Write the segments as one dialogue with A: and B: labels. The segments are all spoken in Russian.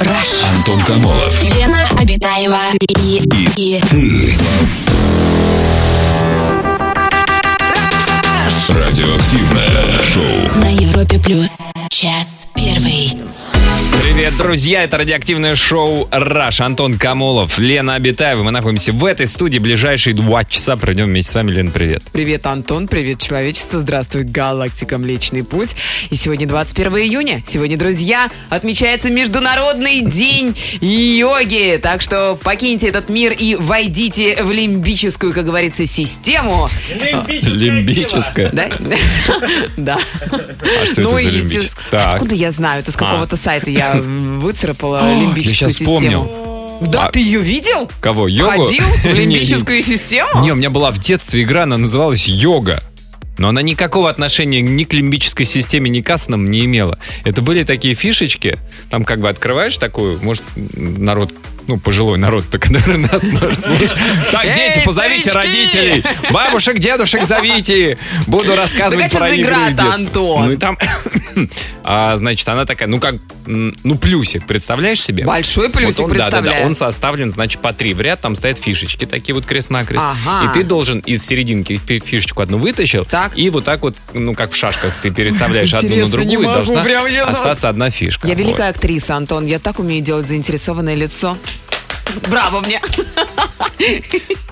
A: Rush.
B: Антон Камолов.
A: Лена Обитаева и, и, и
B: Ты. Радиоактивное шоу.
A: на Европе плюс час первый.
C: Привет, друзья! Это радиоактивное шоу «Раш». Антон Камолов, Лена Абитаева. Мы находимся в этой студии. Ближайшие два часа пройдем вместе с вами. Лен, привет.
D: Привет, Антон, привет, человечество, здравствуй, галактика Млечный Путь. И сегодня 21 июня, сегодня, друзья, отмечается Международный день йоги. Так что покиньте этот мир и войдите в лимбическую, как говорится, систему.
C: Лимбическая.
D: Да? Да.
C: А что это
D: Ну
C: за
D: и есте-
C: лимбическая? Так. А.
D: Откуда я знаю? Это с какого-то сайта я м, выцарапала
C: Я
D: лимбическую
C: сейчас
D: систему.
C: вспомнил.
D: Да,
C: А-
D: ты ее видел?
C: Кого? Йогу?
D: Ходил в
C: Не, не.
D: лимбическую систему?
C: Не, у меня была в детстве игра, она называлась «Йога». Но она никакого отношения ни к лимбической системе, ни к асанам не имела. Это были такие фишечки, там как бы открываешь такую, может, народ, ну, пожилой народ, так который нас может слушать. Так,
D: Эй,
C: дети, позовите
D: старички!
C: родителей, бабушек, дедушек зовите, буду рассказывать
D: Так а
C: про
D: чё за
C: игры
D: игра-то,
C: детства.
D: Антон?
C: Ну и там, а, значит, она такая, ну как, м, ну плюсик, представляешь себе?
D: Большой плюсик
C: Вот он, да, да, да,
D: представляю.
C: он составлен, значит, по три в ряд, там стоят фишечки такие вот крест-накрест.
D: Ага.
C: И ты должен из серединки фи- фишечку одну вытащил,
D: Так.
C: и вот так вот, ну, как в шашках, ты переставляешь одну на
D: Интересно, не
C: другую, и
D: могу,
C: должна
D: прям я-
C: остаться одна фишка.
D: Я
C: Вот.
D: великая актриса, Антон. Я так умею делать заинтересованное лицо. Браво мне.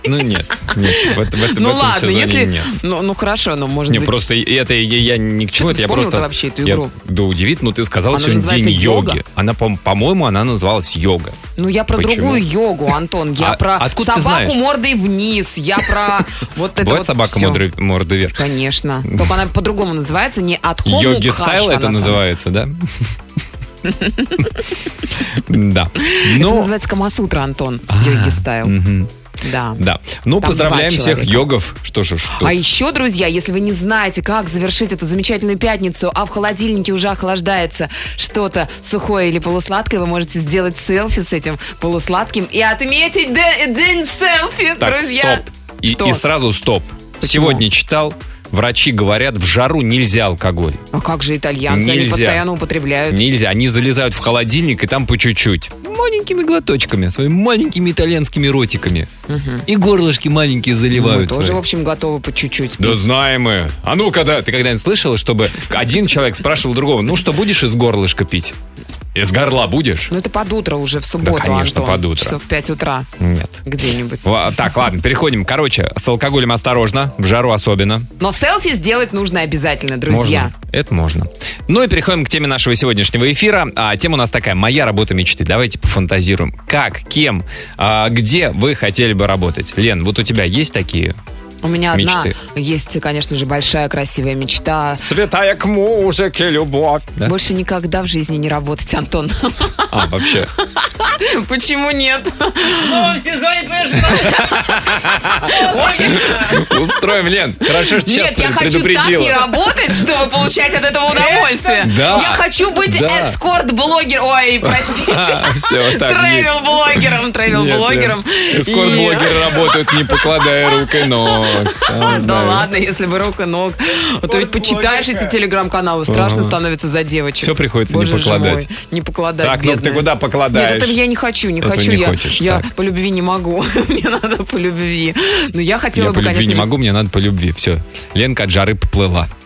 C: Ну, нет, нет, в, это- в это- в
D: ну
C: этом
D: ладно,
C: сезоне
D: если...
C: нет.
D: Ну, ну хорошо, но может
C: Не,
D: быть...
C: просто и- это и- я, я ни к чему,
D: ты
C: это я
D: вспомнил-то
C: просто...
D: вообще эту
C: я-
D: игру?
C: да удивительно, но ты сказал
D: Она
C: сегодня день
D: называется
C: йоги.
D: йога?
C: Она, по- по-моему, она называлась йога.
D: Ну я про
C: Почему?
D: другую йогу, Антон. Я
C: А
D: про
C: откуда ты
D: собаку
C: знаешь?
D: мордой вниз. Я про вот это
C: Бывает
D: вот
C: собака
D: всё.
C: морды- морды вверх.
D: Конечно. Только она по-другому называется, не от хому
C: Йоги
D: к хашу
C: стайл
D: она
C: это
D: сама.
C: называется, да? Да.
D: Это
C: Ну, А,
D: называется Камасутра, Антон. Йоги стайл.
C: мгм,
D: Да.
C: да. Ну,
D: Там
C: поздравляем
D: два
C: всех
D: человека.
C: йогов. Что ж, уж тут.
D: А еще, друзья, если вы не знаете, как завершить эту замечательную пятницу, а в холодильнике уже охлаждается что-то сухое или полусладкое, вы можете сделать селфи с этим полусладким и отметить де- день селфи,
C: Так,
D: друзья.
C: стоп. И
D: Что?
C: и сразу стоп.
D: Почему?
C: Сегодня читал, врачи говорят, в жару нельзя алкоголь.
D: А как же итальянцы, они
C: Нельзя.
D: постоянно употребляют.
C: Нельзя. Они залезают в холодильник и там по чуть-чуть. Маленькими глоточками, своими маленькими итальянскими ротиками. И горлышки маленькие
D: Мы
C: заливают.
D: тоже,
C: свои.
D: в общем, готовы по чуть-чуть.
C: Да
D: пить.
C: знаем мы. А ну, когда ты когда-нибудь слышала, чтобы один человек спрашивал другого, ну что будешь из горлышка пить? Из горла будешь?
D: Ну это под утро уже в субботу,
C: конечно,
D: Антон.
C: под утро.
D: Часов в 5 утра
C: Нет.
D: где-нибудь.
C: Ла- Так, ладно, переходим. Короче, с алкоголем осторожно, в жару особенно.
D: Но селфи сделать нужно обязательно, друзья.
C: Можно. Это можно. Ну и переходим к теме нашего сегодняшнего эфира. А тема у нас такая «Моя работа мечты». Давайте пофантазируем. Как, кем, а, где вы хотели бы работать? Лен, вот у тебя есть такие?
D: У меня
C: Мечты.
D: одна есть, конечно же, большая красивая мечта.
C: Святая к мужике любовь. Да?
D: Больше никогда в жизни не работать, Антон.
C: А, вообще.
D: Почему нет?
C: Устроим, Лен. Хорошо, что сейчас
D: Нет, я хочу так
C: предупредила.
D: не работать, чтобы получать от этого удовольствие.
C: Да.
D: Я хочу быть
C: Да.
D: эскорт-блогером. Ой, простите.
C: Все, А, так нет.
D: Тревел-блогером, тревел-блогером.
C: Нет, Лен.
D: И-
C: Эскорт-блогеры работают, не покладая рук и ног. Там,
D: Да
C: знаешь.
D: А, ну ладно, если бы рук и ног. А то ведь почитаешь эти телеграм-каналы, страшно
C: Ага.
D: становится за девочек.
C: Всё приходится не
D: Боже ж мой,
C: покладать.
D: Не покладать,
C: Так, ну ты
D: бедная.
C: куда
D: Нет,
C: покладаешь?
D: это я не хочу, не
C: Этого
D: хочу.
C: не
D: я,
C: хочешь,
D: я
C: так.
D: по любви не могу. Мне надо по любви. Но я хотела
C: Я
D: бы,
C: по любви
D: конечно,
C: не
D: же-
C: могу, мне надо по любви. Все. Ленка от жары поплыла.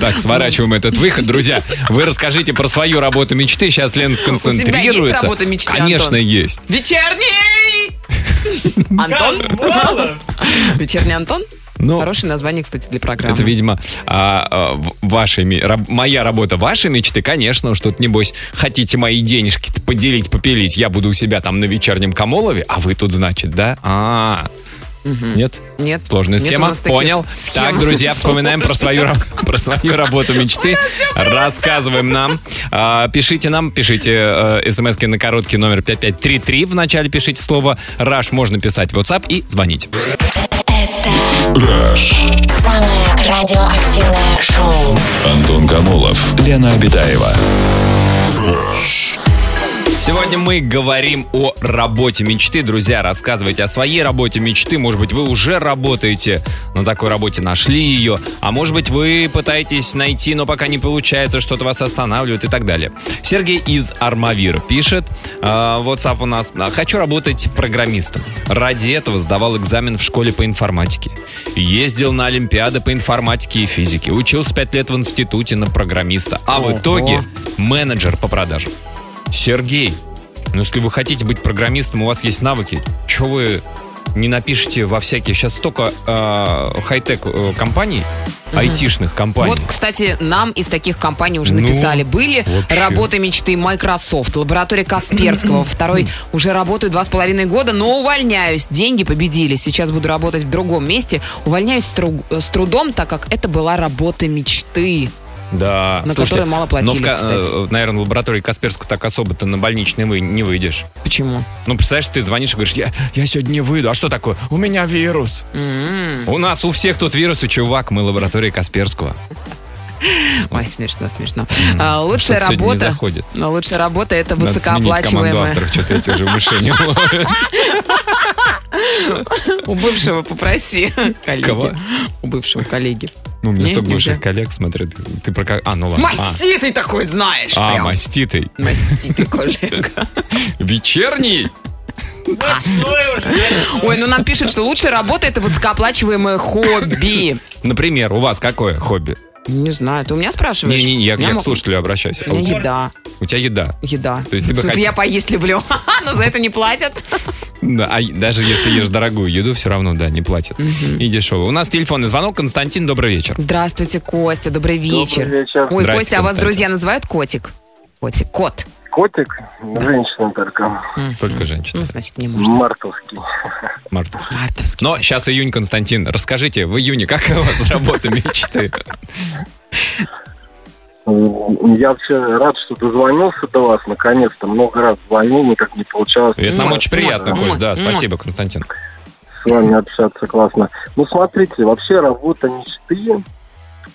C: Так, сворачиваем этот выход. Друзья, вы расскажите про свою работу мечты. Сейчас Лен сконцентрируется.
D: работа мечты,
C: Конечно,
D: Антон?
C: есть.
D: Вечерний! Антон? Вечерний Антон?
C: Ну,
D: Хорошее название, кстати, для программы.
C: Это, видимо, а, а, в- вашей ми- раб- моя работа, ваши мечты, конечно, что то небось хотите мои денежки поделить, попилить. Я буду у себя там на вечернем Камолове, а вы тут, значит, да? А, нет?
D: Нет.
C: Сложная
D: Нет, у
C: схема,
D: нас таких
C: понял?
D: схем.
C: Так, друзья, вспоминаем про свою, раб- про свою работу мечты, рассказываем нам. А, Пишите нам, пишите э, смс-ки на короткий номер 5533, вначале пишите слово «Раш», можно писать в WhatsApp и звонить.
A: Самое радиоактивное шоу.
B: Антон Камолов. Лена Обитаева.
C: Сегодня мы говорим о работе мечты. Друзья, рассказывайте о своей работе мечты. Может быть, вы уже работаете на такой работе, нашли ее. А может быть, вы пытаетесь найти, но пока не получается, что-то вас останавливает и так далее. Сергей из Армавир пишет. э, WhatsApp у нас. Хочу работать программистом. Ради этого сдавал экзамен в школе по информатике. Ездил на Олимпиады по информатике и физике. Учился 5 лет в институте на программиста. А
D: Ого.
C: в итоге менеджер по продажам. Сергей, ну если вы хотите быть программистом, у вас есть навыки, что вы не напишите во всякие сейчас столько э, хай-тек э, компаний, айтишных компаний.
D: Вот, кстати, нам из таких компаний уже
C: Ну,
D: написали. Были
C: вообще.
D: работы мечты Microsoft, лаборатория Касперского. Второй уже работаю два с половиной года, но увольняюсь. Деньги победили. Сейчас буду работать в другом месте. Увольняюсь с тру- э, с трудом, так как это была работа мечты.
C: да.
D: на которые мало
C: но в
D: платили,
C: ка-
D: кстати.
C: э, наверное, в лаборатории Касперского так особо-то на больничный вы не выйдешь.
D: Почему?
C: Ну, представляешь, ты звонишь и говоришь, я, я сегодня не выйду. А что такое? У меня вирус.
D: М.
C: У нас у всех тут вирусы, чувак. Мы лаборатория Касперского.
D: Ой, смешно, смешно. А,
C: Что-то
D: лучшая
C: сегодня не
D: работа.
C: заходит.
D: Но лучшая работа это
C: Надо сменить команду
D: высокооплачиваемая.
C: авторов, что-то я тебя уже в мышению ловлю.
D: У бывшего попроси. коллеги.
C: Кого?
D: У бывшего коллеги.
C: Ну, у меня
D: Не,
C: столько бывших
D: нельзя.
C: коллег смотрит. Ты про... ка- А, ну ладно. А.
D: Маститый такой знаешь.
C: А,
D: прям.
C: маститый.
D: Маститый коллега.
C: Вечерний?
D: Ой, ну нам пишут, что лучшая работа это высокооплачиваемое хобби.
C: Например, у вас какое хобби?
D: Не знаю, ты у меня спрашиваешь?
C: Не-не, я,
D: У меня
C: я к
D: мо-
C: слушателю обращаюсь.
D: У меня еда.
C: У тебя еда.
D: Еда.
C: То есть ты бы
D: В смысле,
C: хотел-
D: я поесть люблю, но за это не платят.
C: Да, а е- даже если ешь дорогую еду, все равно, да, не платят. И дешево. У нас телефонный звонок. Константин, добрый вечер.
D: Здравствуйте, Костя, добрый вечер.
E: Добрый вечер.
D: Ой,
C: Здрасте,
D: Костя, а вас
C: Константин.
D: друзья называют котик? Котик, кот.
E: Котик, женщина только,
C: Только женщина.
D: Ну, значит, не может.
E: мартовский.
C: Марта.
D: Мартовский.
C: Но сейчас июнь, Константин. Расскажите, в июне какая у вас работа мечты?
E: Я вообще рад, что дозвонился до вас, наконец-то. Много раз звонил, никак не получалось.
C: Это нам очень приятно,
D: Мгм.
C: Кость. Да,
D: Мгм.
C: спасибо, Константин.
E: С вами общаться классно. Ну, смотрите, вообще работа мечты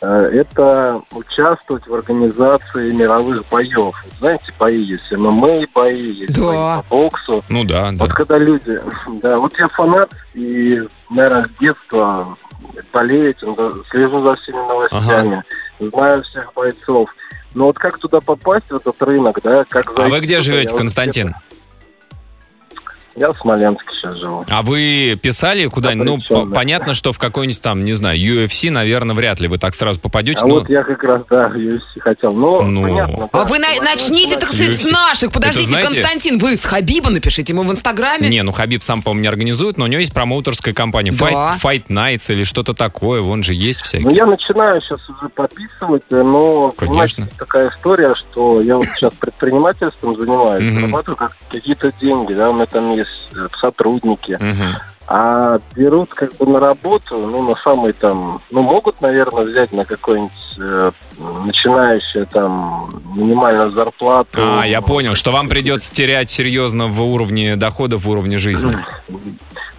E: э, это участвовать в организации мировых боев. Знаете, бои есть ММА, бои есть
D: Да.
E: бои по боксу.
C: Ну да, да.
E: Вот когда люди, да, вот я фанат и, наверное, с детства болею, этим, да, слежу за всеми новостями, знаю всех бойцов. Но вот как туда попасть, в этот рынок, да, как
C: А
E: зайти
C: вы где
E: туда, я
C: живете,
E: вот
C: Константин?
E: где-то- Я в Смоленске сейчас живу.
C: А вы писали куда-нибудь? Ну, по-
E: Обречённо.
C: понятно, что в какой-нибудь там, не знаю, UFC, наверное, вряд ли вы так сразу попадете.
E: А
C: но
E: вот я как раз, да, в UFC хотел. Но,
C: Ну.
E: понятно. да.
D: А вы на- начните, так сказать, с
C: UFC.
D: наших. Подождите,
C: Это знаете-
D: Константин, вы с Хабиба напишите ему в Инстаграме.
C: Не, ну Хабиб сам, по-моему, не организует, но у него есть промоутерская компания.
D: Да.
C: Fight, Fight Nights или что-то такое, вон же есть
E: Ну,
C: всякие.
E: я начинаю сейчас уже подписывать, но понимаете,
C: Конечно.
E: такая история, что я вот сейчас предпринимательством занимаюсь,
C: Мгм.
E: зарабатываю как- какие-то деньги, да, у меня там есть э, сотрудники,
C: Мгм.
E: А берут как бы на работу, ну, на самый там, ну, могут, наверное, взять на какой-нибудь э, начинающую там минимальную зарплату.
C: А, я понял, что вам придется терять серьезно в уровне доходов, в уровне жизни.
E: Ну,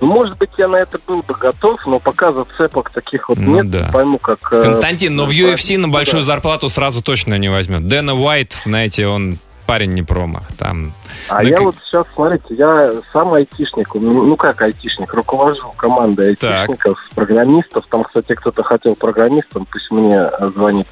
E: может быть, я на это был бы готов, но пока зацепок таких вот
C: Ну
E: нет,
C: да.
E: пойму, как... э,
C: Константин, но в
E: правильно.
C: UFC на
E: Ну,
C: большую
E: да.
C: зарплату сразу точно не возьмет. Дэна Уайт, знаете, он парень не промах. Там
E: А
C: ну,
E: я
C: как-
E: вот сейчас, смотрите, я сам айтишник, у меня- ну как айтишник, руковожу командой
C: Так.
E: айтишников, программистов. Там, кстати, кто-то хотел программистом, пусть мне э, звонит.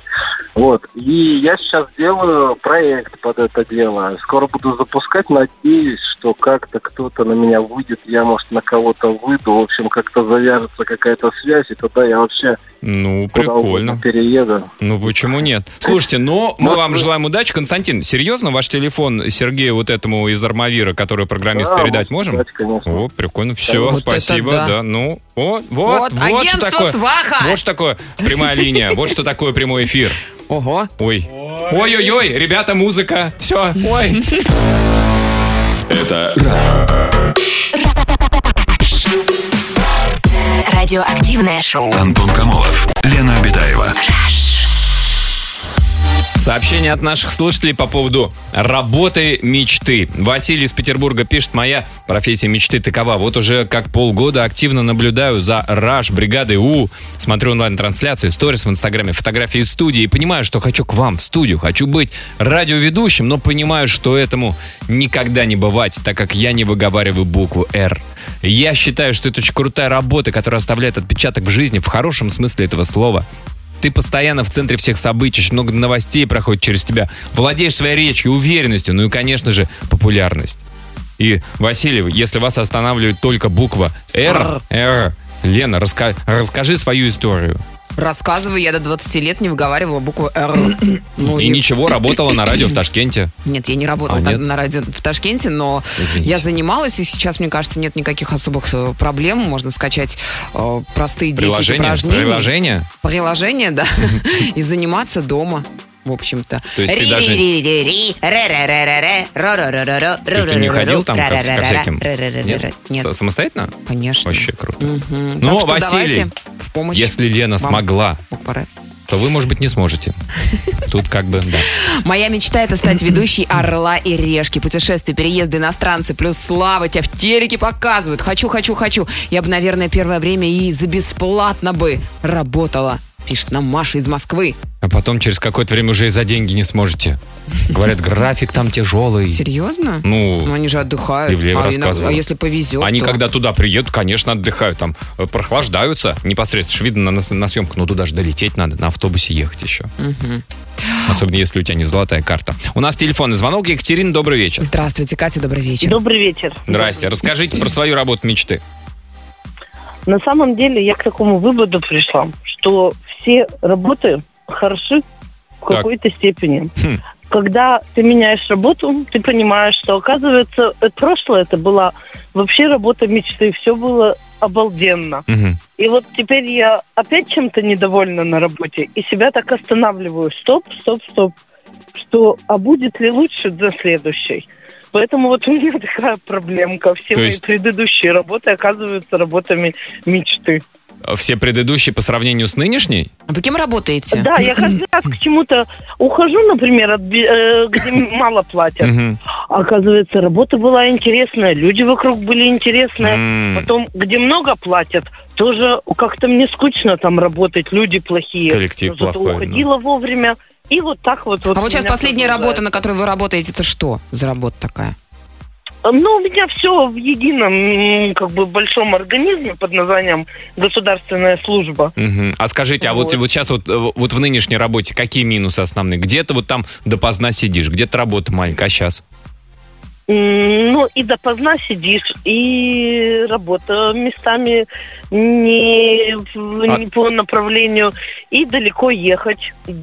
E: Вот. И я сейчас делаю проект под это дело. Скоро буду запускать, надеюсь, что как-то кто-то на меня выйдет, я, может, на кого-то выйду. В общем, как-то завяжется какая-то связь, и тогда я вообще
C: Ну,
E: куда
C: прикольно.
E: угодно перееду.
C: Ну, почему нет? Слушайте, но мы
E: Вот
C: вам
E: вы-
C: желаем удачи. Константин, серьезно, ваш телефон Сергею вот этому из Армавира, который программист,
E: Да,
C: передать
E: можно
C: можем?
E: передать, конечно.
C: О, прикольно. Все,
D: Вот это
C: спасибо.
D: да.
C: Да. ну, о, вот,
D: Вот,
C: вот, вот что
D: агентство
C: такое.
D: Сваха.
C: Вот что такое прямая линия, вот что такое прямой эфир.
D: Ого.
C: Ой. Ой-ой-ой, ребята, музыка. Все. Ой.
B: Это
A: Радиоактивное шоу.
B: Антон Камолов, Лена Обитаева.
C: Сообщение от наших слушателей по поводу работы мечты. Василий из Петербурга пишет, моя профессия мечты такова. Вот уже как полгода активно наблюдаю за раш бригады У. Смотрю онлайн-трансляции, сторис в Инстаграме, фотографии из студии и понимаю, что хочу к вам в студию, хочу быть радиоведущим, но понимаю, что этому никогда не бывать, так как я не выговариваю букву «Р». Я считаю, что это очень крутая работа, которая оставляет отпечаток в жизни в хорошем смысле этого слова. Ты постоянно в центре всех событий, очень много новостей проходит через тебя. Владеешь своей речью, уверенностью, ну и, конечно же, популярность. И, Василий, если вас останавливает только буква «Р», «Р», Лена, раска- расскажи свою историю.
D: Рассказываю, я до 20 лет не выговаривала букву «Р». Ну,
C: И
D: я-
C: ничего, работала на радио в Ташкенте.
D: Нет, я не работала
C: А,
D: на-
C: нет?
D: на радио в Ташкенте, но
C: Извините.
D: я занималась, и сейчас, мне кажется, нет никаких особых э, проблем. Можно скачать э, простые 10
C: Приложение?
D: упражнений.
C: Приложение?
D: Приложение, да. И заниматься дома, в общем-то.
C: То есть ты даже-
F: Ри-ри-ри-ри, ре-ре-ре-ре-ре, ро-ро-ро-ро-ро,
C: То есть ты не ходил там как- ко
F: ра-ра-ра-ра,
C: всяким?
F: ра-ра-ра-ра.
C: Нет?
D: Нет.
C: Со- Самостоятельно?
D: Конечно.
C: Вообще круто.
D: Мгм.
C: Ну,
D: Так что
C: Василий,
D: давайте в помощь.
C: Если Лена
D: Вам.
C: смогла,
D: Буква «Р».
C: то вы, может быть, не сможете. Тут как бы, да.
D: Моя мечта это стать ведущей «Орла и Решки». Путешествия, переезды, иностранцы, плюс слава тебя в телеке показывают. Хочу, хочу, хочу. Я бы, наверное, первое время и за бесплатно бы работала. Пишет нам Маша из Москвы.
C: А потом через какое-то время уже и за деньги не сможете. Говорят, график там тяжелый.
D: Серьезно? Ну,
C: Ну,
D: они же отдыхают.
C: Ивлеева
D: а, иногда-
C: рассказывала.
D: а если повезет,
C: они
D: то-
C: когда туда приедут, конечно, отдыхают. Там э, прохлаждаются непосредственно. ж Видно на, на съемку. Ну, туда же долететь надо. На автобусе ехать еще. Особенно, если у тебя не золотая карта. У нас телефонный звонок. Екатерина, добрый вечер.
D: Здравствуйте, Катя, добрый вечер.
G: Добрый вечер.
C: Здрасте. Расскажите про свою работу мечты.
G: На самом деле я к такому выводу пришла, что все работы хороши в
C: Так.
G: какой-то степени.
C: Хм.
G: Когда ты меняешь работу, ты понимаешь, что оказывается э, прошлое это была вообще работа мечты, все было обалденно.
C: Мгм.
G: И вот теперь я опять чем-то недовольна на работе и себя так останавливаю. Стоп, стоп, стоп. Что, а будет ли лучше до следующей? Поэтому вот у меня такая проблемка. Все
C: То
G: мои
C: есть-
G: предыдущие работы оказываются работами мечты.
C: Все предыдущие по сравнению с нынешней?
D: А вы кем работаете?
G: Да, я каждый раз к чему-то ухожу, например, от би- э, где мало платят. А
C: Мгм.
G: Оказывается, работа была интересная, люди вокруг были интересные.
C: М,
G: Потом, где много платят, тоже как-то мне скучно там работать, люди плохие.
C: Коллектив
G: Но зато
C: плохой, ну.
G: уходила вовремя. И вот так вот. вот
D: А вот сейчас
G: меня
D: последняя
G: продолжает.
D: работа, на которой вы работаете, это что за работа такая?
G: Ну, у меня все в едином, м, как бы, большом организме под названием государственная служба.
C: мгм. А скажите, а вот,
G: Вот.
C: вот сейчас вот, э, вот в нынешней работе какие минусы основные? Где-то вот там допоздна сидишь, где-то работа маленькая, а сейчас?
G: М, Ну, и допоздна сидишь, и работа местами не, в-
C: А-
G: не по направлению, и далеко ехать. Д-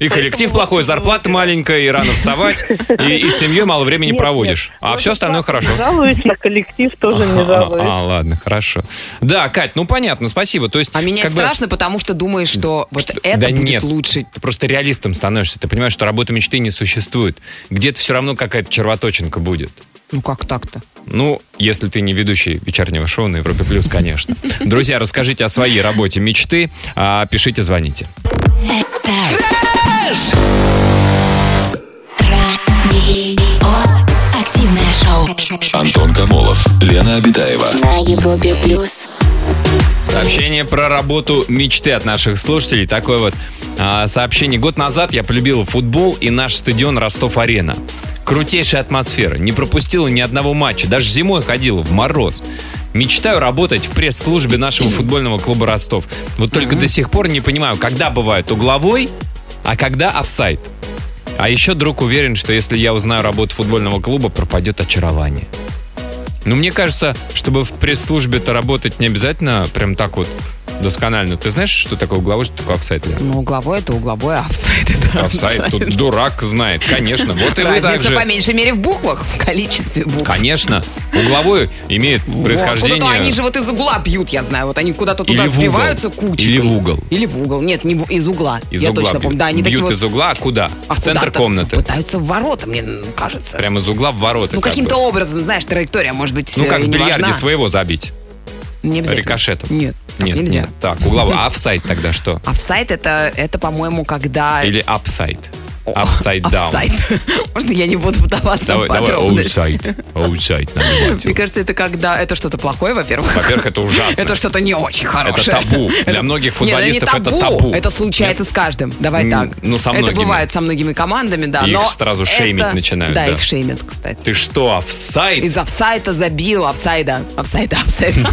C: И коллектив
G: поэтому
C: плохой,
G: вот,
C: зарплата
G: э,
C: маленькая, и рано вставать, и, и с семьей мало времени
G: Нет,
C: проводишь.
G: нет. Ну,
C: А
G: Вот
C: все остальное
G: зарплата
C: хорошо.
G: не Жалуюсь на коллектив, тоже не
C: А,
G: жалуюсь.
C: а, ладно, хорошо. Да, Кать, ну понятно, спасибо. То есть,
D: А меня
C: как бы,
D: страшно, потому что думаешь, что вот
C: Что-
D: это
C: да
D: будет
C: нет.
D: лучше.
C: ты просто реалистом становишься. Ты понимаешь, что работа мечты не существует. Где-то все равно какая-то червоточинка будет.
D: Ну как так-то?
C: Ну, если ты не ведущий вечернего шоу на Европе Плюс, конечно. Друзья, расскажите о своей работе мечты. а, пишите, звоните.
A: Радио. Активное шоу.
B: Антон Камолов, Лена Обитаева.
A: На Европе плюс.
C: Сообщение про работу мечты от наших слушателей. Такое вот а, сообщение. Год назад я полюбила футбол и наш стадион Ростов-Арена. Крутейшая атмосфера. Не пропустила ни одного матча. Даже зимой ходила в мороз. Мечтаю работать в пресс-службе нашего футбольного клуба Ростов. Вот только до сих пор не понимаю, когда бывает угловой, а когда офсайт. А еще друг уверен, что если я узнаю работу футбольного клуба, пропадет очарование. Но мне кажется, чтобы в пресс-службе-то работать не обязательно прям так вот досконально. Ты знаешь, что такое угловой, что такое офсайд? Лен?
D: Ну, угловой это угловой, а офсайд это
C: Офсайд,
D: офсайд.
C: тут дурак знает, конечно. Вот и вы так
D: Разница
C: же.
D: по меньшей мере в буквах, в количестве букв.
C: Конечно, угловой имеет происхождение.
D: Откуда-то они же вот из угла бьют, я знаю. Вот они куда-то
C: Или
D: туда
C: в угол.
D: сбиваются кучей.
C: Или в угол.
D: Или в угол. Нет, не в- из угла.
C: Из
D: я
C: угла
D: точно
C: бьют.
D: помню. Да, они
C: бьют
D: такие вот...
C: из угла, а куда?
D: а
C: в центр
D: куда-то
C: комнаты.
D: Пытаются в ворота, мне кажется.
C: Прям из угла в ворота.
D: ну,
C: как бы.
D: каким-то образом, знаешь, траектория, может быть,
C: Ну, как
D: э,
C: в
D: не
C: бильярде
D: важна.
C: своего забить.
D: Не обязательно.
C: рикошетом.
D: Нет.
C: Нет,
D: Нельзя.
C: нет. Так, угловой. А офсайд тогда что?
D: Офсайт это, это, по-моему, когда...
C: Или апсайд? Апсайд даун.
D: Офсайт. Можно я не буду вдаваться
C: Давай,
D: в
C: давай,
D: подробности?
C: офсайд. Офсайд называть
D: Мне
C: его.
D: кажется, это когда... Это что-то плохое, во-первых.
C: Во-первых, это ужасно.
D: Это что-то не очень
C: Это
D: хорошее.
C: табу. Для многих футболистов
D: Нет, это не
C: это
D: табу.
C: табу.
D: Это случается с каждым. Давай
C: М,
D: так.
C: ну, со
D: Это
C: многими.
D: бывает со многими командами, да.
C: И их
D: но
C: сразу
D: это-
C: шеймить начинают,
D: Да,
C: да.
D: их шеймят, кстати.
C: Ты что, офсайд?
D: Из офсайта забил, офсайда, офсайда, офсайда.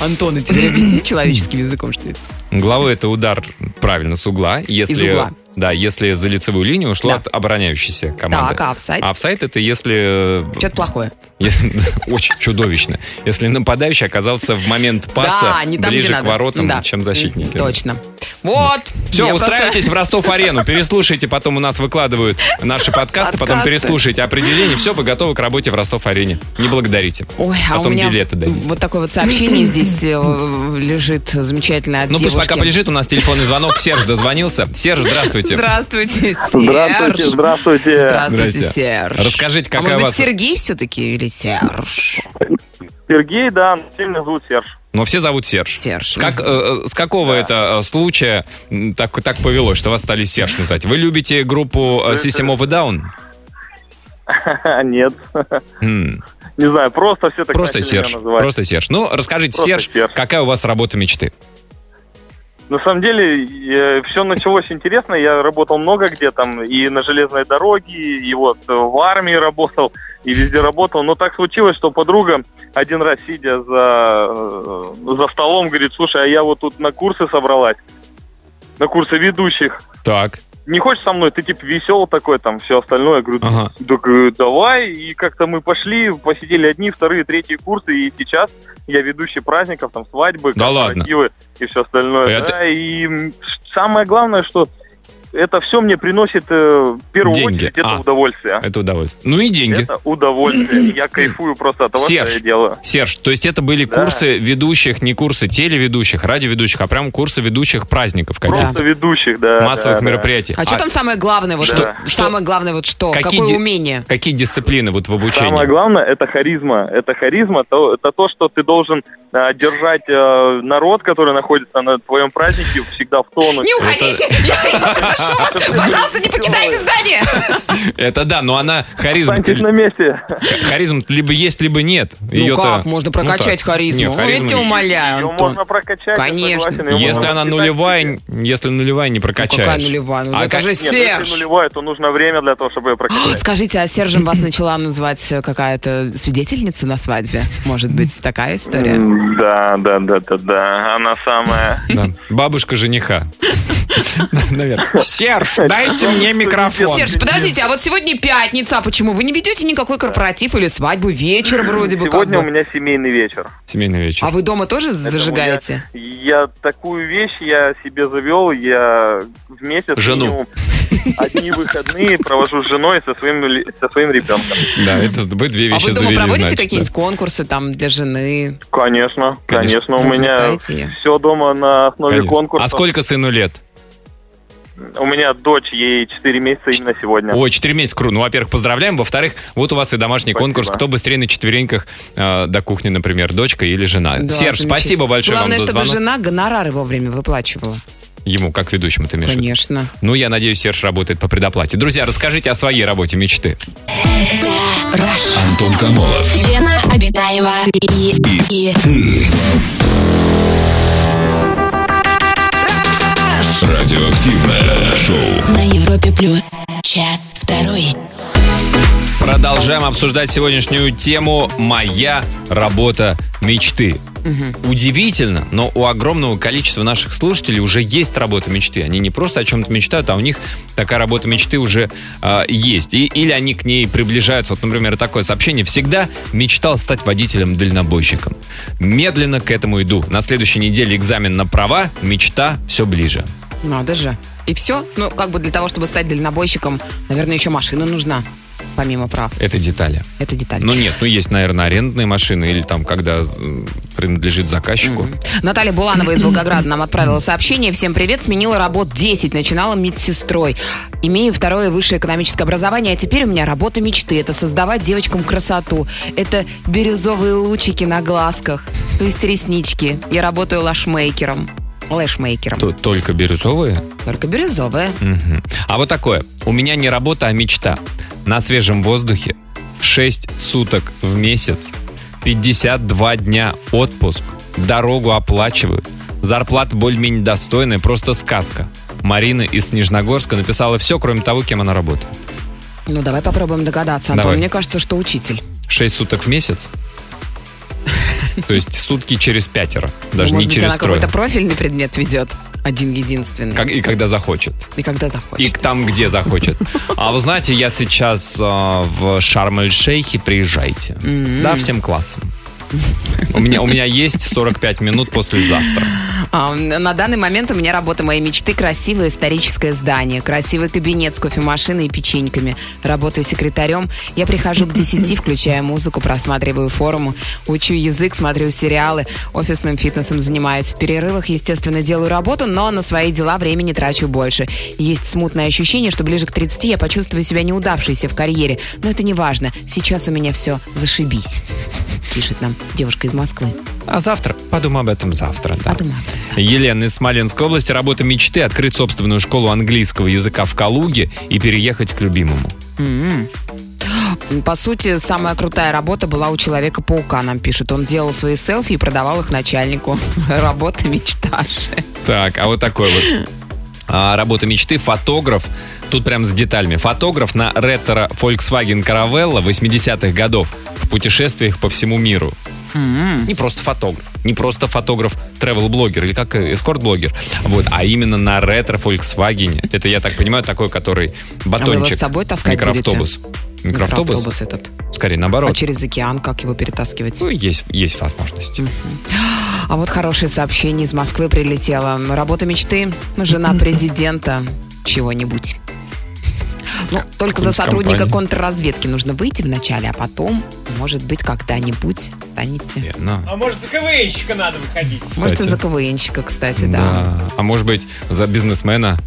D: Антон, и теперь объясни человеческим языком, что это.
C: Головой это удар, правильно, с угла. Если,
D: Из угла.
C: Да, если за лицевую линию ушло
D: Да.
C: от обороняющейся команды.
D: Так, а офсайд?
C: А офсайд это если...
D: Что-то плохое.
C: Очень чудовищно. Если нападающий оказался в момент паса
D: да, не там, где
C: ближе к
D: надо.
C: воротам,
D: да.
C: чем защитники.
D: Точно. Вот.
C: Все,
D: Я просто-
C: устраивайтесь в Ростов-Арену, переслушайте, потом у нас выкладывают наши подкасты, потом
D: Подкасты.
C: переслушайте определение, все, вы готовы к работе в Ростов-Арене. Не благодарите.
D: Ой, а
C: потом
D: у меня
C: билеты дадите.
D: вот такое вот сообщение здесь э, лежит замечательное от
C: Ну пусть
D: девушки.
C: пока полежит, у нас телефонный звонок, Серж дозвонился. Серж, здравствуйте.
D: Здравствуйте,
H: Здравствуйте,
D: Серж.
H: здравствуйте.
D: Здравствуйте,
C: Здрасте.
D: Серж.
C: Расскажите,
D: а
C: какая
D: может
C: у
D: быть,
C: вас...
D: Сергей все-таки или Серж?
H: Сергей, да, сильно зовут Серж.
C: Но все зовут Серж.
D: Серж. ну.
C: С, как, э, э, с какого это э, случая м, так, так повелось, что вас стали Серж называть? Вы любите группу
H: Ну,
C: э, System of a Down?
H: А, Нет,
C: М,
H: не знаю, просто все так
C: Хм, Просто
H: начали меня
C: Серж.
H: называть.
C: Просто Серж. Ну, расскажите,
H: Просто
C: Серж,
H: Серж.
C: какая у вас работа мечты?
H: На самом деле, все началось интересно. Я работал много где там, и на железной дороге, и вот э, в армии работал, и везде работал. Но так случилось, что подруга один раз, сидя за, э, за столом, говорит, слушай, а я вот тут на курсы собралась, на курсы ведущих.
C: Так,
H: Не хочешь со мной? Ты типа веселый такой, там, все остальное. Я говорю,
C: ага.
H: так э, давай, и как-то мы пошли, посидели одни, вторые, третьи курсы, и сейчас я ведущий праздников, там свадьбы,
C: Да ладно?
H: корпоративы и все остальное.
C: Это-
H: Да, и м, самое главное, что это все мне приносит э, в первую
C: Деньги.
H: очередь это
C: А.
H: удовольствие.
C: Это удовольствие. Ну и деньги.
H: Это удовольствие. Я кайфую просто от того,
C: Серж.
H: что я делаю.
C: Серж, то есть это были
H: Да.
C: курсы ведущих, не курсы телеведущих, радиоведущих, а прям курсы ведущих праздников каких-то,
H: Просто ведущих, да.
C: массовых
H: да, да.
C: мероприятий.
D: А, что там самое главное? Вот
H: Да.
D: что, самое главное вот что?
C: Какие
D: Какое
C: де-
D: умение?
C: Какие дисциплины вот в обучении?
H: Самое главное это харизма. Это харизма, то, это то, что ты должен э, держать э, народ, который находится на твоем празднике, всегда в тонусе.
D: Не уходите! Я, я прошу вас, пожалуйста, не покидайте здание!
C: Это да, но она харизм,
H: Останьтесь на месте.
C: харизм либо есть, либо нет.
D: Ну как, можно прокачать харизму?
C: Нет,
D: Ну, я
C: харизму
D: тебя
C: нет.
D: умоляю,
H: Ее
D: Антон.
H: можно прокачать. я
D: Конечно.
H: согласен, её
C: Если
H: можно
C: она
H: воспитать
C: нулевая,
H: себе.
C: если нулевая, не
D: Ну,
C: прокачаешь.
D: какая нулевая? Ну,
C: А
D: это
C: как-
D: же
H: Нет, если
D: Серж!
H: нулевая, то нужно время для того, чтобы ее прокачать.
D: Скажите, а Сержем вас начала называть э, какая-то свидетельница на свадьбе? Может быть, такая история?
H: М, Да, да, да, да, да. Она самая.
C: Да. Бабушка жениха. Наверное. Серж, дайте мне микрофон.
D: Серж, подождите, а вот сегодня пятница, а почему вы не ведете никакой корпоратив или свадьбу? Вечер вроде бы как
H: Сегодня у
D: бы.
H: меня семейный вечер.
C: Семейный вечер.
D: А вы дома тоже
H: Поэтому
D: зажигаете? А
H: Я, я такую вещь я себе завел. Я в месяц
C: Жену.
H: минимум одни выходные провожу с женой и со своим ли- со своим ребенком.
C: Да, это вы две
D: А
C: вещи
D: вы дома
C: завели,
D: проводите
C: значит, да.
D: какие-нибудь конкурсы там для жены?
H: Конечно,
C: Конечно.
H: конечно, Ну, у меня
D: Развлекаете
C: Э,
D: её?
H: все дома на основе
C: Конечно.
H: конкурса.
C: А сколько сыну лет?
H: У меня дочь, ей 4 месяца именно сегодня.
C: Ой, 4 месяца, круто. Ну, во-первых, поздравляем. Во-вторых, вот у вас и домашний
H: Спасибо.
C: конкурс. Кто быстрее на четвереньках э, до кухни, например, дочка или жена.
D: Да,
C: Серж,
D: замечательно.
C: спасибо большое
D: Главное,
C: вам за
D: чтобы
C: звонок.
D: жена гонорары вовремя выплачивала.
C: Ему, как ведущему, ты имеешь в виду?
D: Конечно.
C: Ну, я надеюсь, Серж работает по предоплате. Друзья, расскажите о своей работе мечты.
B: Антон Камолов.
A: Лена Обитаева и, и
B: Радиоактивное шоу.
A: на Европе плюс. Час второй.
C: Продолжаем обсуждать сегодняшнюю тему «Моя работа мечты». Удивительно, но у огромного количества наших слушателей уже есть работа мечты. Они не просто о чем-то мечтают, а у них такая работа мечты уже а, есть. И, или они к ней приближаются. Вот, например, такое сообщение. Всегда мечтал стать водителем-дальнобойщиком. Медленно к этому иду. На следующей неделе экзамен на права. Мечта все ближе.
D: Надо же. И все? Ну, как бы для того, чтобы стать дальнобойщиком, наверное, еще машина нужна. помимо прав.
C: Это детали.
D: Это деталь.
C: Ну нет, ну есть, наверное, арендные машины или там, когда э, принадлежит заказчику.
D: Наталья Буланова из Волгограда нам отправила сообщение. Всем привет, сменила работу 10, начинала медсестрой. Имею второе высшее экономическое образование, а теперь у меня работа мечты. Это создавать девочкам красоту. Это бирюзовые лучики на глазках, то есть реснички. Я работаю лашмейкером. Лэшмейкером.
C: То- только бирюзовые.
D: Только бирюзовая.
C: Мгм. А вот такое. У меня не работа, а мечта. На свежем воздухе 6 суток в месяц, 52 дня отпуск, дорогу оплачивают, зарплата более-менее достойная, просто сказка. Марина из Снежногорска написала все, кроме того, кем она работает.
D: Ну, давай попробуем догадаться, Антон.
C: Давай.
D: Мне кажется, что учитель.
C: 6 суток в месяц. То есть сутки через пятеро, даже
D: Ну, Может
C: не
D: быть,
C: через
D: она
C: трое.
D: какой-то профильный предмет ведет. Один-единственный.
C: Как- и когда захочет.
D: И когда
C: И
D: захочет.
C: к там, где захочет. А вы знаете, я сейчас э, в Шарм-эль-Шейхе, приезжайте. Да, всем классом. У меня, у меня есть 45 минут послезавтра.
D: А, на данный момент у меня работа моей мечты – красивое историческое здание, красивый кабинет с кофемашиной и печеньками. Работаю секретарем. Я прихожу к 10, включая музыку, просматриваю форумы, учу язык, смотрю сериалы, офисным фитнесом занимаюсь. В перерывах, естественно, делаю работу, но на свои дела времени трачу больше. Есть смутное ощущение, что ближе к 30 я почувствую себя неудавшейся в карьере. Но это не важно. Сейчас у меня все зашибись. Пишет нам девушка из Москвы.
C: А завтра? Подумай об этом завтра. да.
D: Подумай об этом.
C: Елена из Смоленской области. Работа мечты – открыть собственную школу английского языка в Калуге и переехать к любимому.
D: М. М-м. По сути, самая крутая работа была у Человека-паука, нам пишет. Он делал свои селфи и продавал их начальнику. Работа мечташи.
C: Так, а вот такой вот. А, работа мечты, фотограф. Тут прям с деталями. Фотограф на ретро Volkswagen Caravella 80-х годов в путешествиях по всему миру.
D: М-м.
C: Не просто фотограф. Не просто фотограф, travel-блогер или как э, эскорт-блогер. Вот, а именно на ретро Volkswagen. Это, я так понимаю, такой, который
D: А вы его
C: батончик.
D: с собой таскать
C: Микроавтобус. Микроавтобус?
D: Микроавтобус этот.
C: Скорее,
D: А
C: наоборот.
D: через океан как его перетаскивать?
C: Ну, есть, есть возможность.
D: А вот хорошее сообщение из Москвы прилетело. Работа мечты. Жена президента. Чего-нибудь. Ну, только за
C: Какой-нибудь
D: сотрудника
C: компании.
D: контрразведки нужно выйти вначале, а потом, может быть, когда-нибудь станете.
C: Лена,
I: А может, за КВНщика надо выходить?
D: Может, и
C: кстати.
D: за КВНщика, кстати, да.
C: да. А может быть, за бизнесмена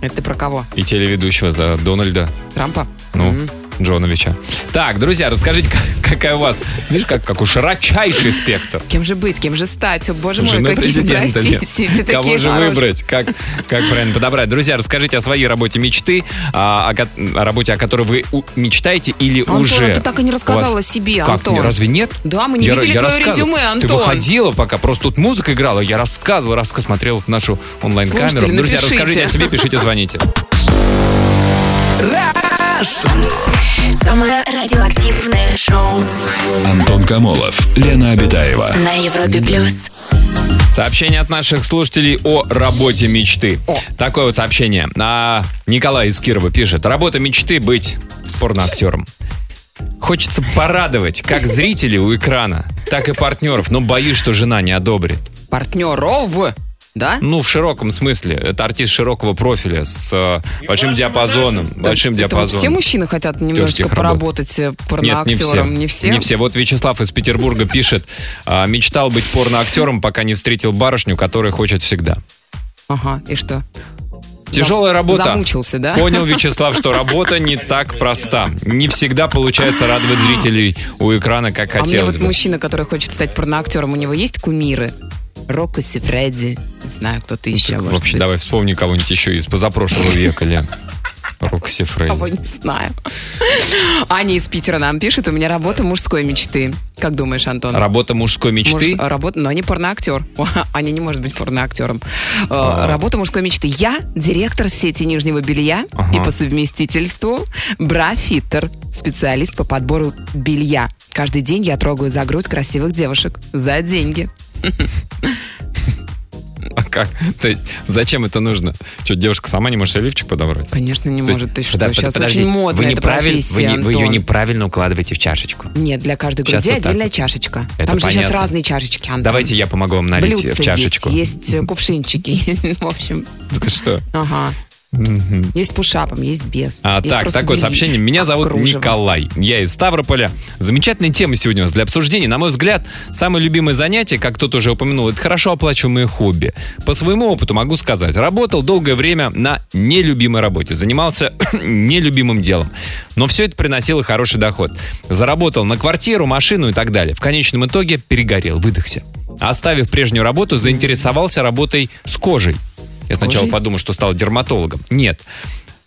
D: Это ты про кого?
C: и телеведущего, за Дональда.
D: Трампа?
C: Ну,
D: М.
C: Джоновича. Так, друзья, расскажите, как- какая у вас... Видишь, как, какой широчайший спектр.
D: Кем же быть, кем же стать? О, боже мой,
C: Жены
D: какие
C: президента Лен.
D: профессии, все такие
C: Кого же
D: хорошие.
C: выбрать? Как, как правильно подобрать? Друзья, расскажите о своей работе мечты, а, о, ко- о работе, о которой вы у- мечтаете или
D: Антон,
C: уже...
D: а ты так и не
C: у вас-
D: рассказала о себе,
C: Как?
D: Антон.
C: Не- Разве нет?
D: Да, мы не
C: Я-
D: видели
C: я
D: твое
C: рассказывал.
D: резюме, Антон.
C: Ты выходила пока, просто тут музыка играла, я рассказывал, рассказ смотрел в нашу онлайн-камеру.
D: Слушатели,
C: Друзья,
D: напишите.
C: расскажите о себе, пишите, звоните.
A: Самое радиоактивное шоу
B: Антон Камолов, Лена Обитаева.
A: на Европе плюс.
C: Сообщение от наших слушателей о работе мечты. Такое вот сообщение. А, Николай из Кирова пишет. Работа мечты быть порноактером. Хочется порадовать как зрителей у экрана, так и партнеров, но боюсь, что жена не одобрит.
D: Партнеров, да?
C: Ну, в широком смысле. Это артист широкого профиля с э, большим диапазоном. Большим
D: Это вот Все
C: диапазоном.
D: мужчины хотят
C: Тёрских
D: немножечко
C: работ.
D: поработать э,
C: Нет, не все.
D: порноактером.
C: Не все. Вот Вячеслав из Петербурга пишет. а, Мечтал быть порноактером, пока не встретил барышню, которая хочет всегда.
D: Ага, и что?
C: Тяжелая работа.
D: Замучился, да? А
C: Понял, Вячеслав, что работа не так проста. Не всегда получается радовать зрителей у экрана, как
D: а мне
C: хотелось
D: вот
C: бы.
D: мужчина, который хочет стать порноактером, у него есть кумиры? Рокоси, Фредди, не знаю, кто-то
C: Ну,
D: еще,
C: Так,
D: может
C: вообще,
D: быть.
C: давай вспомни кого-нибудь еще из позапрошлого века, Лен. Рокси Фрейд.
D: Кого не знаю. Аня из Питера нам пишет, у меня работа мужской мечты. Как думаешь, Антон?
C: Работа мужской мечты.
D: Муж- работа, но не порноактер. Аня не может быть порноактером. Э,
C: А.
D: Работа мужской мечты. Я директор сети нижнего белья
C: Ага.
D: и по совместительству брафиттер, специалист по подбору белья. Каждый день я трогаю за грудь красивых девушек за деньги.
C: А как? То есть, зачем это нужно? Что, девушка сама не может себе лифчик подобрать?
D: Конечно, не
C: То есть,
D: может. Ты что,
C: подо-
D: сейчас
C: подождите,
D: очень модно
C: вы,
D: эта
C: неправиль- вы,
D: профессия,
C: не- вы ее
D: Антон.
C: неправильно укладываете в чашечку.
D: Нет, для каждой
C: Сейчас
D: груди
C: вот так
D: отдельная
C: вот.
D: чашечка.
C: Это
D: Там же сейчас
C: понятно.
D: разные чашечки, Антон.
C: Давайте я помогу вам налить
D: Блюдца
C: в чашечку.
D: Есть, есть э, кувшинчики. В э, общем,
C: Да Ты что?
D: ага.
C: Мгм.
D: Есть с пушапом, есть без.
C: А,
D: Есть
C: так,
D: просто
C: такое
D: бери,
C: сообщение. Меня
D: как
C: зовут
D: кружево.
C: Николай. Я из Ставрополя. Замечательная тема сегодня у нас для обсуждения. На мой взгляд, самое любимое занятие, как кто-то уже упомянул, это хорошо оплачиваемое хобби. По своему опыту могу сказать, работал долгое время на нелюбимой работе, занимался нелюбимым делом. Но все это приносило хороший доход. Заработал на квартиру, машину и так далее. В конечном итоге перегорел, выдохся. Оставив прежнюю работу, заинтересовался работой с кожей. Я сначала
D: Кожей?
C: подумал, что стал дерматологом. Нет.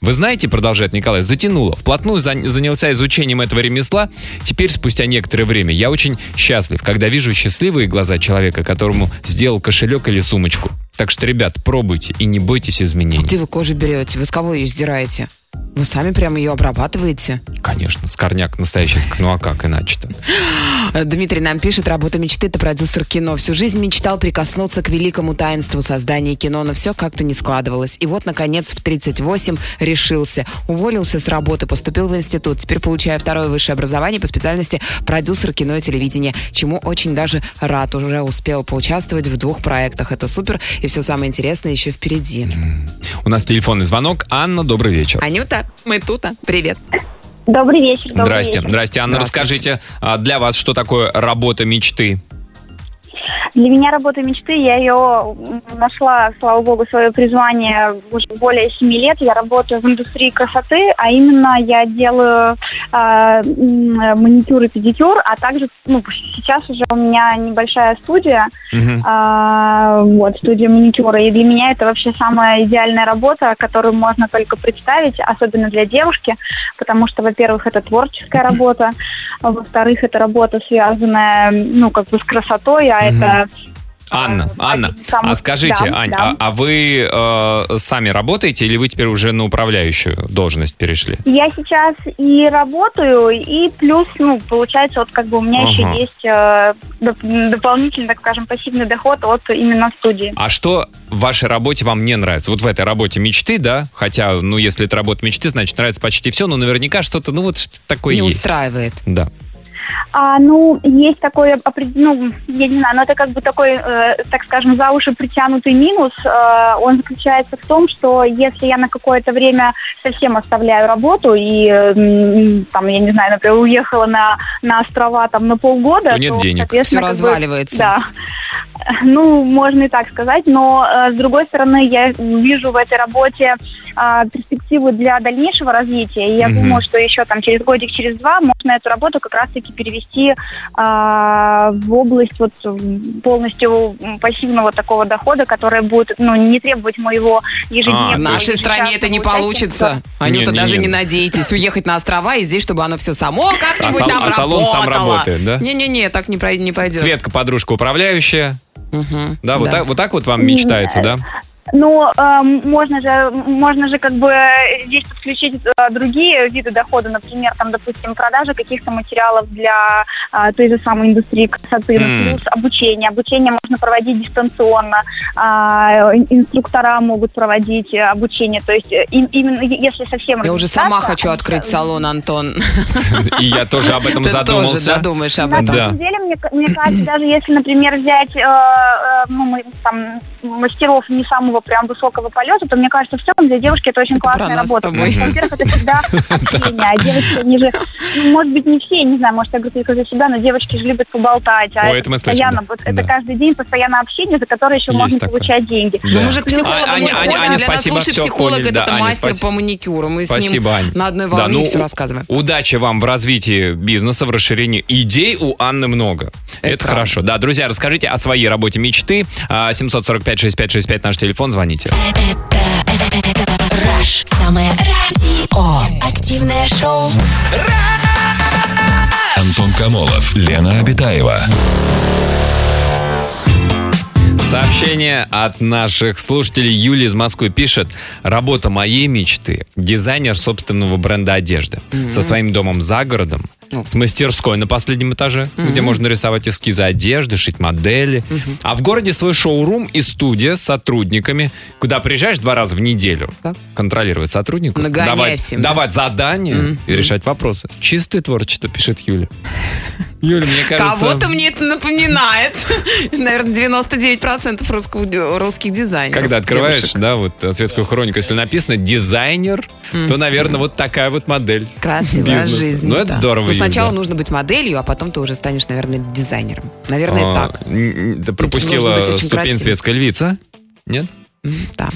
C: Вы знаете, продолжает Николай, затянуло. Вплотную зан- занялся изучением этого ремесла. Теперь, спустя некоторое время, я очень счастлив, когда вижу счастливые глаза человека, которому сделал кошелек или сумочку. Так что, ребят, пробуйте и не бойтесь изменений.
D: Где вы кожу берете? Вы с кого ее сдираете? Вы сами прям ее обрабатываете?
C: Конечно, скорняк настоящий. ск- Ну а как иначе-то?
D: Э, Дмитрий нам пишет, работа мечты – это продюсер кино. Всю жизнь мечтал прикоснуться к великому таинству создания кино, но все как-то не складывалось. И вот, наконец, в 38 решился. Уволился с работы, поступил в институт. Теперь получаю второе высшее образование по специальности продюсер кино и телевидения, чему очень даже рад. Уже успел поучаствовать в двух проектах. Это супер, и все самое интересное еще впереди.
C: У нас телефонный звонок. Анна, добрый вечер.
D: Анюта, мы тут, а. привет.
J: Добрый вечер. добрый
C: Здрасте.
J: вечер.
C: Здрасте, Анна.
D: Здравствуйте.
C: Расскажите, а для вас что такое работа мечты?
J: Для меня работа мечты, я ее нашла, слава богу, свое призвание уже более семи лет. Я работаю в индустрии красоты, а именно я делаю а, м, маникюр и педикюр, а также ну, сейчас уже у меня небольшая студия,
C: Мгм.
J: а, вот, студия маникюра. И для меня это вообще самая идеальная работа, которую можно только представить, особенно для девушки, потому что, во-первых, это творческая работа, а во-вторых, это работа, связанная, ну, как бы с красотой, а
C: Мгм.
J: это...
C: Анна,
J: а,
C: Анна,
J: один из самых-
C: а скажите,
J: Да,
C: Ань,
J: да.
C: А, а вы э, сами работаете или вы теперь уже на управляющую должность перешли?
J: Я сейчас и работаю, и плюс, ну, получается, вот как бы у меня
C: Ага.
J: еще есть э, доп- дополнительный, так скажем, пассивный доход от именно студии.
C: А что в вашей работе вам не нравится? Вот в этой работе мечты, да? Хотя, ну, если это работа мечты, значит, нравится почти все, но наверняка что-то, ну, вот что-то такое
D: Не
C: есть.
D: устраивает.
C: Да.
J: А, ну, есть такой, опред- ну, я не знаю, но это как бы такой, э, так скажем, за уши притянутый минус. Э, он заключается в том, что если я на какое-то время совсем оставляю работу и, э, м, там, я не знаю, например, уехала на, на острова там на полгода,
C: То Ну, нет денег.
D: Все
J: соответственно, как бы,
D: разваливается.
J: Да. Ну, можно и так сказать, но э, с другой стороны, я вижу в этой работе э, перспективу для дальнейшего развития. И я
C: Мгм.
J: думаю, что еще там через годик, через два можно эту работу как раз-таки перевести э, в область вот м, полностью м, пассивного такого дохода, который будет ну, не требовать моего ежедневного.
C: А,
D: В нашей стране это не
J: ежечасного
D: получится.
C: Не,
D: Анюта,
C: не,
D: даже
C: не.
D: не надейтесь уехать на острова и здесь, чтобы оно все само
C: А,
D: как-нибудь
C: сал-
D: там
C: а салон сам
D: работало.
C: работает, да?
D: Не-не-не, так не, пройдет, не пойдет.
C: Светка, подружка управляющая.
D: Мгм,
C: Да, Вот, так, вот так вот вам
J: М,
C: мечтается, да?
J: Ну, эм, можно же, можно же как бы здесь подключить э, другие виды дохода, например, там, допустим, продажа каких-то материалов для э, той же самой индустрии красоты, ну,
C: М.
J: плюс обучение. Обучение можно проводить дистанционно, а, ин- инструктора могут проводить э, обучение, то есть э, им- именно е- если совсем...
D: Я уже
J: разобраться,
D: сама хочу открыть
J: э,
D: салон, Антон.
C: И я тоже об этом
D: Ты тоже
C: задумался.
D: задумаешь об
J: На
D: этом.
C: Да.
J: самом деле, мне, ка- мне кажется, даже если, например, взять э, э, ну, мы, там, мастеров не самого прям высокого полета, то мне кажется, в целом для девушки это очень
D: Это про
J: классная
D: нас с
J: работа. Потому
D: тобой.
J: что, во-первых, это всегда общение, а девочки, они же, ну, может быть, не все, я не знаю, может, я говорю только за себя, но девочки же любят поболтать, а
C: Ой, это
J: это
C: мы слышим,
J: постоянно,
C: да.
J: вот это
C: Да.
J: каждый день постоянно общение, за которое еще
C: Есть
J: можно
C: такое.
J: получать деньги.
C: Да.
D: Ну, Мы же к психологам
C: А- Аня,
D: не
C: Аня,
D: ходим,
C: Аня,
D: для
C: спасибо,
D: нас лучший
C: всё
D: психолог
C: поняли.
D: это
C: Да, Аня,
D: мастер
C: спасибо.
D: по маникюру. Мы с ним
C: Спасибо, Ань.
D: на одной
C: Да,
D: волне
C: ну,
D: все
C: у-
D: рассказываем.
C: Удачи вам в развитии бизнеса, в расширении идей у Анны много. Это,
D: Это правда.
C: хорошо. Да, друзья, расскажите о своей работе мечты. А, 745-6565 наш телефон, звоните.
A: Раш. Самое радио. Активное шоу.
B: Антон Камолов, Лена Обитаева.
C: Сообщение от наших слушателей Юли из Москвы пишет. Работа моей мечты – дизайнер собственного бренда одежды. Со своим домом за городом,
D: Ну.
C: с мастерской на последнем этаже, где можно рисовать эскизы одежды, шить модели. А в городе свой шоурум и студия с сотрудниками, куда приезжаешь два раза в неделю.
D: Так.
C: Контролировать сотрудников,
D: Нагоняй
C: давать,
D: всем, да?
C: давать задания и решать вопросы. Чистое творчество, пишет Юля. Юля, мне кажется...
D: Кого-то мне это напоминает. Наверное, 99% русского- русских дизайнеров.
C: Когда открываешь,
D: девушек.
C: да, вот э, светскую хронику, если написано дизайнер, то, наверное, вот такая вот модель.
D: Красивая
C: бизнеса.
D: жизнь.
C: Ну, это
D: да.
C: здорово,
D: Но
C: Юль,
D: сначала
C: да.
D: нужно быть моделью, а потом ты уже станешь, наверное, дизайнером. Наверное,
C: А,
D: так.
C: н- н- да,
D: Нужно быть
C: пропустила
D: очень
C: ступень
D: красивым.
C: светская львица. Нет?
D: Да.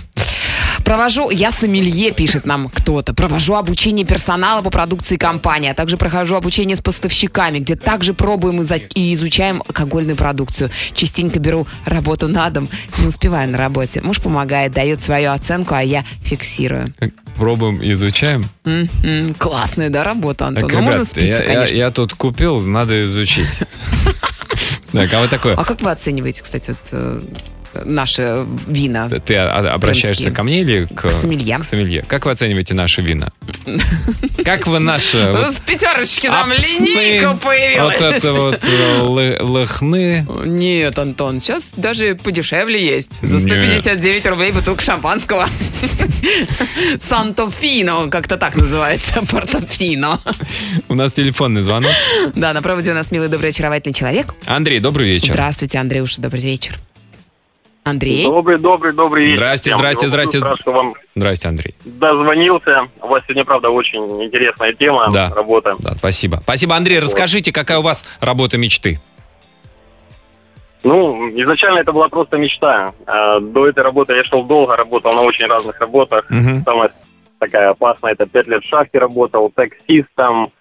D: Провожу, я сомелье, пишет нам кто-то. Провожу обучение персонала по продукции компании, а также прохожу обучение с поставщиками, где также пробуем и, за- и изучаем алкогольную продукцию. Частенько беру работу на дом, не успеваю на работе. Муж помогает, дает свою оценку, а я фиксирую.
C: Пробуем, изучаем.
D: М, классная, да, работа, Антон?
C: Так,
D: ну, можно
C: ребят,
D: спиться,
C: я, я-
D: конечно.
C: я тут купил, надо изучить. Так, а вот такое.
D: А как вы оцениваете, кстати, вот, э, наши вина?
C: Ты а, обращаешься
D: Крымские.
C: ко мне или к,
D: К сомелье.
C: сомелье? Как вы оцениваете наши вина? Как вы наши вот,
D: С пятерочки
C: апсны, вот это вот э, лы- лыхны?
D: Нет, Антон, сейчас даже подешевле есть. За
C: Нет.
D: 159 рублей бутылка шампанского. Сантофино, как-то так называется, Портофино.
C: У нас телефонный звонок.
D: Да, на проводе у нас милый, добрый, очаровательный человек.
C: Андрей, добрый вечер.
D: Здравствуйте, Андрюша, добрый вечер. Андрей?
I: Добрый, добрый, добрый вечер.
C: Здрасте,
I: всем.
C: здрасте,
I: Вот
C: здрасте.
I: рад, что вам
C: Здрасте, Андрей.
I: дозвонился. У вас сегодня, правда, очень интересная тема.
C: Да.
I: Работа.
C: Да, спасибо. Спасибо, Андрей. Расскажите, какая у вас работа мечты?
I: Ну, изначально это была просто мечта. А, До этой работы я шел долго, работал на очень разных работах. Самая такая опасная, это пять лет в шахте работал, таксистом,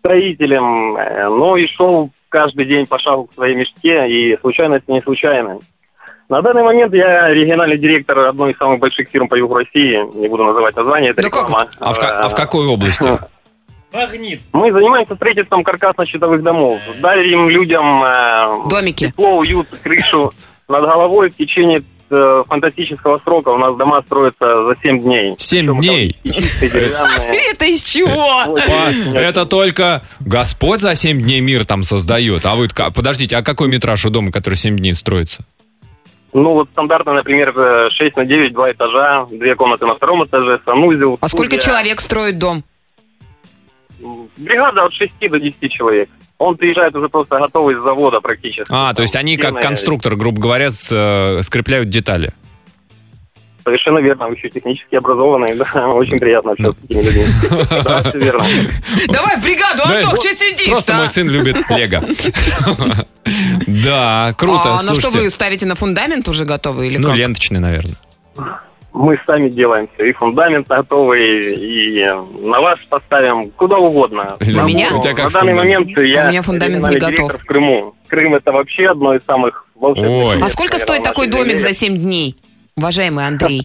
I: строителем. Э, Ну и шел каждый день по шагу к своей мечте, и случайность не случайно. На данный момент я региональный директор одной из самых больших фирм по югу России. Не буду называть название, это
D: Да как?
I: реклама.
C: А в, ка- а в
I: Э,
C: какой области?
K: Магнит.
I: Мы занимаемся строительством каркасно-щитовых домов. Дарим людям э,
D: Домики.
I: тепло, уют, крышу над головой в течение э, фантастического срока. У нас дома строятся за 7 дней.
C: Семь
I: Причем
C: дней.
I: там и чистые, деревянные.
D: Это из чего?
C: А,
I: Очень-
C: Это только Господь за семь дней мир там создает. А вы, ка- подождите, а какой метраж у дома, который семь дней строится?
I: Ну, вот стандартно, например, э, 6 на 9, 2 этажа, две комнаты на втором этаже, санузел.
D: А сколько
I: студия.
D: человек строит дом?
I: Бригада от 6 до 10 человек. Он приезжает уже просто готовый с завода практически.
C: А, то
I: Там
C: есть они как
I: стены-
C: конструктор, грубо говоря, с, э, скрепляют детали.
I: Совершенно верно, вы еще технически образованные, да, очень приятно общаться
C: Ну.
I: с такими людьми. Да, все верно.
D: Давай в бригаду,
C: Да,
D: Антох,
C: вот
D: что сидишь
C: Просто мой сын любит лего. Да, круто,
D: А на что вы
C: слушайте.
D: ставите? На фундамент уже готовы или
C: Ну,
D: как?
C: ленточный, наверное.
I: Мы сами делаем все, и фундамент готовый, и на вас поставим куда угодно.
C: На
I: Нам
D: меня?
I: угодно.
C: У тебя как
I: На данный
C: с фундаментом?
I: момент я
D: У меня фундамент не
I: региональный
D: готов.
I: директор в Крыму. Крым это вообще одно из самых волшебных.
C: Ой.
I: мест,
D: А сколько
I: наверное,
D: стоит такой
I: нашей
D: домик
I: земли.
D: за 7 дней? Уважаемый Андрей.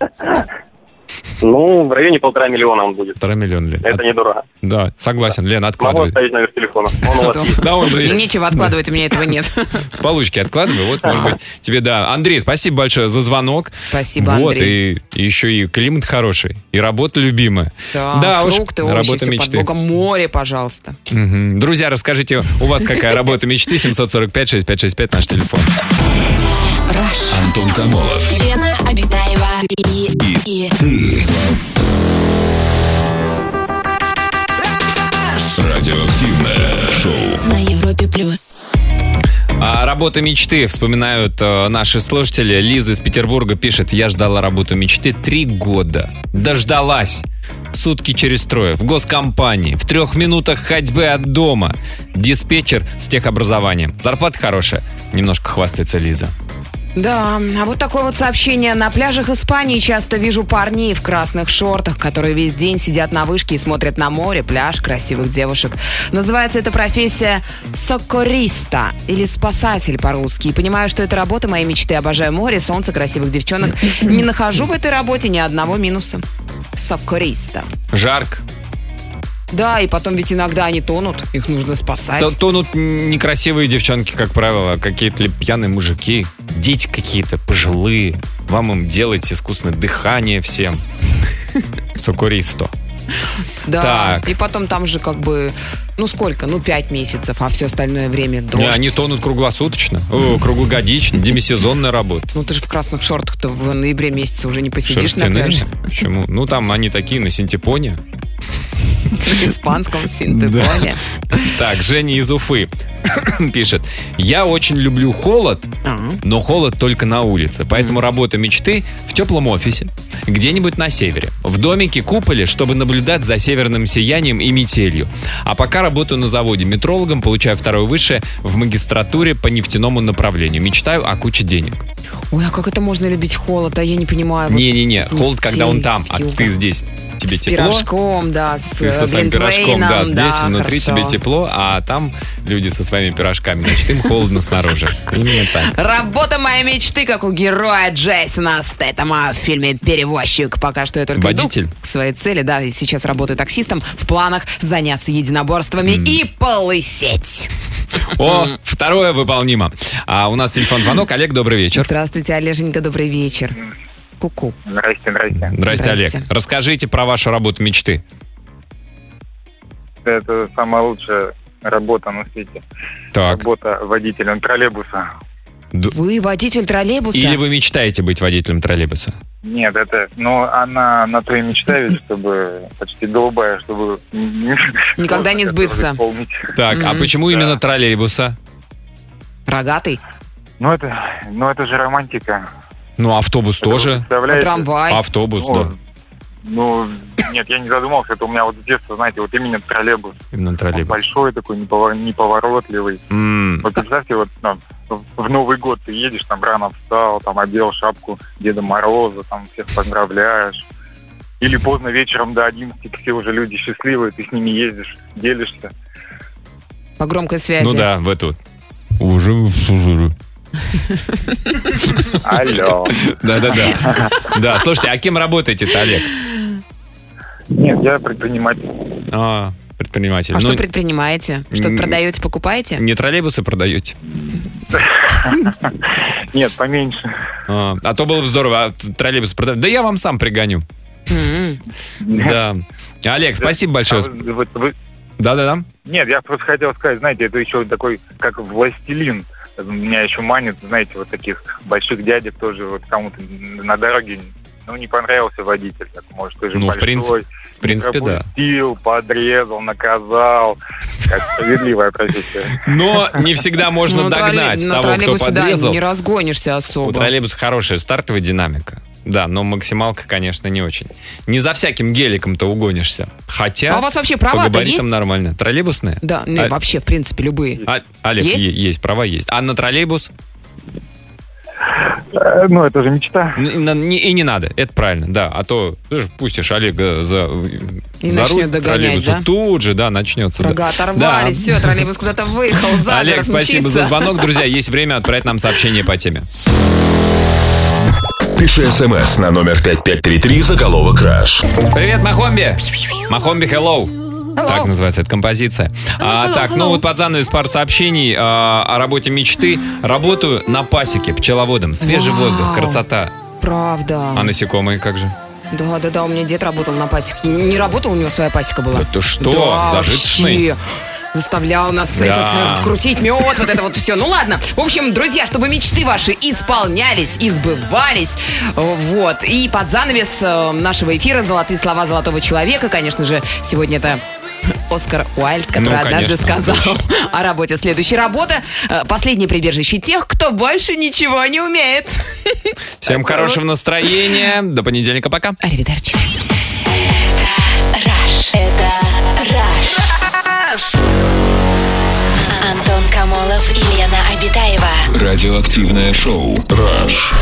I: Ну, в районе полтора миллиона он будет.
C: Полтора миллиона, Лен.
I: Это недорого.
C: Да, согласен, Лен,
I: Могу
C: откладывай.
I: оставить номер телефона. Он у вас
D: Антон.
I: есть.
C: Да, он же
D: Мне
C: есть.
D: нечего откладывать, у меня этого нет.
C: С получки откладывай, вот, может быть, тебе да. Андрей, спасибо большое за звонок.
D: Спасибо,
C: Вот, и
D: Андрей.
C: и еще и климат хороший, и работа любимая. уж,
D: фрукты, овощи,
C: работа
D: все под
C: мечты.
D: боком. Море, пожалуйста.
C: Мгм. Друзья, расскажите, у вас какая работа мечты? 745-6565, наш телефон.
B: Антон Камолов.
A: Лена Обитаева и, и
B: Радиоактивное шоу.
A: на Европе плюс.
C: А, работа мечты, вспоминают э, наши слушатели. Лиза из Петербурга пишет, я ждала работу мечты три года. Дождалась. Сутки через трое. В госкомпании. В трех минутах ходьбы от дома. Диспетчер с техобразованием. Зарплата хорошая. Немножко хвастается Лиза.
D: Да, а вот такое вот сообщение. На пляжах Испании часто вижу парней в красных шортах, которые весь день сидят на вышке и смотрят на море, пляж, красивых девушек. Называется эта профессия сокориста или спасатель по-русски. И понимаю, что это работа моей мечты. Обожаю море, солнце, красивых девчонок. Не нахожу в этой работе ни одного минуса. Сокориста.
C: Жарк.
D: Да, и потом ведь иногда они тонут, их нужно спасать.
C: Т- Тонут некрасивые девчонки, как правило, а какие-то ли пьяные мужики, дети какие-то пожилые. Вам им делать искусственное дыхание всем. Сукуристо.
D: Да.
C: Так.
D: И потом там же как бы, ну сколько? Ну, пять месяцев, а все остальное
C: Не,
D: время дождь.
C: Они тонут круглосуточно, о, круглогодично, демисезонная работа.
D: Ну, ты же в красных шортах-то в ноябре месяце уже не посидишь на
C: Шерстяные?
D: пляже.
C: Почему? Ну, там они такие на синтепоне.
D: В испанском синтепоне.
C: Так, Женя из Уфы пишет. Я очень люблю холод,
D: А.
C: но холод только на улице. Поэтому работа мечты в теплом офисе, где-нибудь на севере, в домике куполе, чтобы наблюдать за северным сиянием и метелью. А пока работаю на заводе метрологом, получаю второе высшее в магистратуре по нефтяному направлению. Мечтаю о куче денег.
D: Ой, а как это можно любить холод? А я не понимаю. Вот
C: Не-не-не, холод, когда он там, а
D: Юга.
C: ты здесь. Тебе
D: с
C: тепло.
D: пирожком, да, с
C: Ты со своим пирожком,
D: глинтвейном,
C: да, здесь внутри
D: хорошо.
C: тебе тепло, а там люди со своими пирожками, значит, им холодно снаружи. Именно так.
D: Работа моей мечты, как у героя Джейсона Стэттема в фильме «Перевозчик». Пока что я только
C: Водитель.
D: иду к своей цели, да, и сейчас работаю таксистом. В планах заняться единоборствами и полысеть.
C: О, второе выполнимо. А у нас телефон звонок. Олег, добрый вечер.
D: Здравствуйте, Олеженька, добрый вечер. Ку-ку.
L: Здрасте, здрасте.
C: Здрасте, Олег.
D: Здрасте.
C: Расскажите про вашу работу мечты.
L: Это самая лучшая работа на свете.
C: Так.
L: Работа водителем троллейбуса.
D: Вы водитель троллейбуса?
C: Или вы мечтаете быть водителем троллейбуса?
L: Нет, это... Ну, она на то и мечтает, чтобы... Почти голубая, чтобы...
D: Никогда не сбыться.
L: Исполнить.
C: Так, а
D: Мгм.
C: почему
L: Да.
C: именно троллейбуса?
D: Рогатый?
L: Ну, это... Ну, это же романтика.
C: Ну, автобус тоже.
L: Представляете?
D: А Трамвай?
C: Автобус,
L: Ну,
C: да.
L: ну, нет, я не задумался, это у меня вот с детства, знаете, вот именно троллейбус.
C: Именно
L: Он
C: троллейбус.
L: большой такой, неповор- неповоротливый.
C: М,
L: Вот представьте, вот там, в в Новый год ты едешь, там рано встал, там одел шапку Деда Мороза, там всех поздравляешь. Или поздно вечером до 11 все уже люди счастливые, ты с ними ездишь, делишься.
D: По громкой связи.
C: Ну да, в эту. Уже
L: Алло.
C: Да-да-да. Да, слушайте, а кем работаете-то, Олег?
L: Нет, я предприниматель.
C: А, предприниматель.
D: А что
C: Ну,
D: предпринимаете? Что
C: м,
D: продаете, покупаете?
C: Не троллейбусы продаете?
L: Нет, поменьше.
C: А, а то было бы здорово, а т- троллейбусы продаете? Да я вам сам пригоню.
D: М.
C: Да. Олег, спасибо большое.
L: А вы- вы- вы-
C: Да-да-да.
L: Нет, я просто хотел сказать, знаете, это еще такой, как властелин. Меня еще манит, знаете, вот таких больших дядек тоже вот кому-то на дороге, ну, не понравился водитель, так, может, ты же
C: Ну, в
L: большой,
C: принципе, В принципе, да.
L: пропустил, подрезал, наказал. Как справедливая профессия.
C: Но не всегда можно
D: Ну, троллей-
C: догнать
D: на
C: того, кто
D: троллейбусе, да,
C: подрезал.
D: не разгонишься
C: У
D: особо.
C: троллейбуса хорошая стартовая динамика. Да, но максималка, конечно, не очень. Не за всяким геликом-то угонишься. Хотя
D: А у вас вообще
C: по
D: права-то есть?
C: габаритам нормально. Троллейбусные?
D: Да, ну и
C: А-
D: вообще, в принципе, любые.
C: А- Олег, е-
D: Есть?
C: есть? права есть. А на троллейбус?
L: Э, Ну, это же мечта.
C: Н- на- не- и не надо, это правильно, да. А то ты же пустишь Олега за,
D: И
C: за руль
D: начнет догонять,
C: троллейбуса,
D: да?
C: тут же, да, начнется. да.
D: Рога оторвались,
C: Да.
D: все, троллейбус куда-то выехал, сзади
C: Олег, спасибо
D: размчится.
C: за звонок. Друзья, есть время отправить нам сообщение по теме.
B: Пиши смс на номер 5533 заголовок «Краш».
C: Привет, Махомби! Махомби, hello! Так называется эта композиция. А, так, ну вот под занавес пар сообщений а, о работе мечты. Работаю на пасеке пчеловодом. Свежий
D: Вау.
C: воздух, красота.
D: Правда.
C: А насекомые как же?
D: Да, да, да, у меня дед работал на пасеке. Не работал, у него своя пасека была.
C: Да ты что,
D: Да,
C: зажиточный?
D: вообще. Заставлял нас
C: Да.
D: этот, э, крутить мед, вот это вот все. Ну ладно. В общем, друзья, чтобы мечты ваши исполнялись, избывались. э, Вот. И под занавес э, нашего эфира «Золотые слова золотого человека», конечно же, сегодня это Оскар Уайльд, который
C: Ну,
D: однажды
C: конечно,
D: сказал
C: отлично.
D: о работе. Следующая работа. э, Последнее прибежище тех, кто больше ничего не умеет.
C: Всем
D: Такое
C: хорошего настроения. До понедельника, пока.
D: Аривидерчи.
A: Rush. Это Rush. Антон Камолов и Лена Обитаева.
B: Радиоактивное шоу «Раш».